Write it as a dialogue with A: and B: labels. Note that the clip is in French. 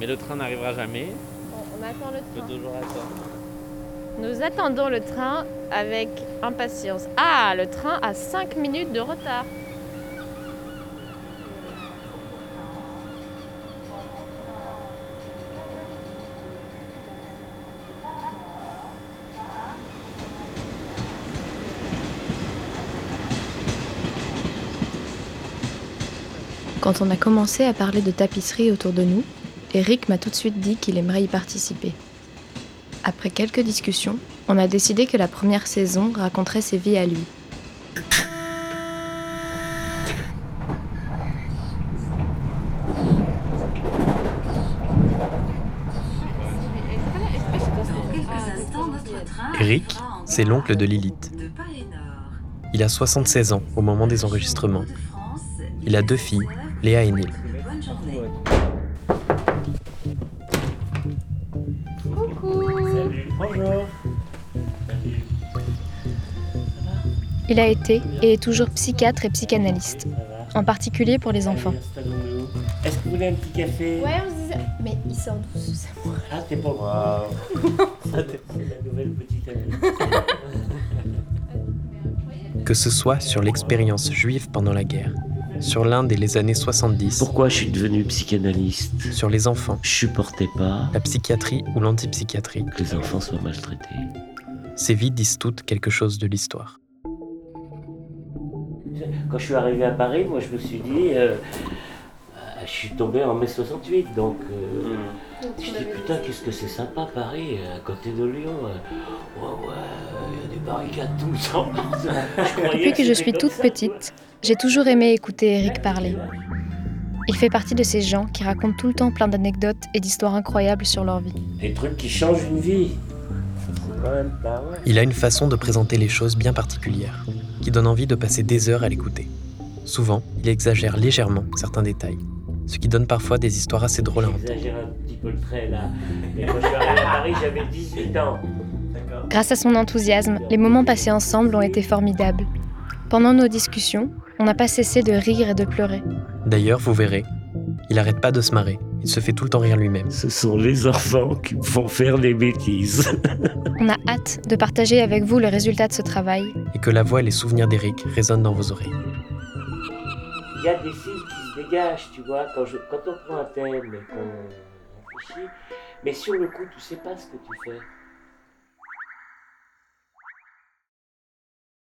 A: Mais le train n'arrivera jamais.
B: On, on attend le
A: Il faut
B: train.
A: toujours attendre.
B: Nous attendons le train avec impatience. Ah, le train a 5 minutes de retard.
C: Quand on a commencé à parler de tapisserie autour de nous, Eric m'a tout de suite dit qu'il aimerait y participer. Après quelques discussions, on a décidé que la première saison raconterait ses vies à lui.
D: Eric, c'est l'oncle de Lilith. Il a 76 ans au moment des enregistrements. Il a deux filles, Léa et Neil.
C: Il a été et est toujours psychiatre et psychanalyste, en particulier pour les enfants.
E: Est-ce que vous voulez un petit café
C: Ouais, on se disait, mais il sort d'où ce
E: Ah, c'est pas moi. Ça, c'est la nouvelle petite amie.
D: Que ce soit sur l'expérience juive pendant la guerre, sur l'Inde et les années 70,
E: Pourquoi je suis devenu psychanalyste
D: sur les enfants,
E: Je supportais pas
D: la psychiatrie ou l'antipsychiatrie,
E: que les enfants soient maltraités.
D: ces vies disent toutes quelque chose de l'histoire.
E: Quand je suis arrivé à Paris, moi, je me suis dit... euh, euh, je suis tombé en mai 68, donc... euh, Je dis putain, qu'est-ce que c'est sympa Paris, euh, à côté de Lyon. Ouais, ouais, il y a des barricades tout le temps. Je croyais
C: Depuis que je
E: c'était
C: suis
E: comme
C: toute
E: ça,
C: petite, j'ai toujours aimé écouter Eric parler. Il fait partie de ces gens qui racontent tout le temps plein d'anecdotes et d'histoires incroyables sur leur vie.
E: quoi. Des trucs qui changent une vie. C'est quand même pas vrai.
D: Il a une façon de présenter les choses bien particulière, qui donne envie de passer des heures à l'écouter. Souvent, il exagère légèrement certains détails, ce qui donne parfois des histoires assez drôles à entendre.
E: J'exagère un petit peu le trait là. Mais quand je suis arrivé à Paris, j'avais 18 ans.
C: Grâce à son enthousiasme, les moments passés ensemble ont été formidables. Pendant nos discussions, on n'a pas cessé de rire et de pleurer.
D: D'ailleurs, vous verrez, il arrête pas de se marrer, il se fait tout le temps rire lui-même.
E: Ce sont les enfants qui me font faire des bêtises.
C: On a hâte de partager avec vous le résultat de ce travail.
D: et que la voix et les souvenirs d'Eric résonnent dans vos oreilles.
E: Il y a des fils qui se dégagent, tu vois, quand, je- quand on prend un thème et qu'on réfléchit. Mais sur le coup, tu sais pas ce que tu fais.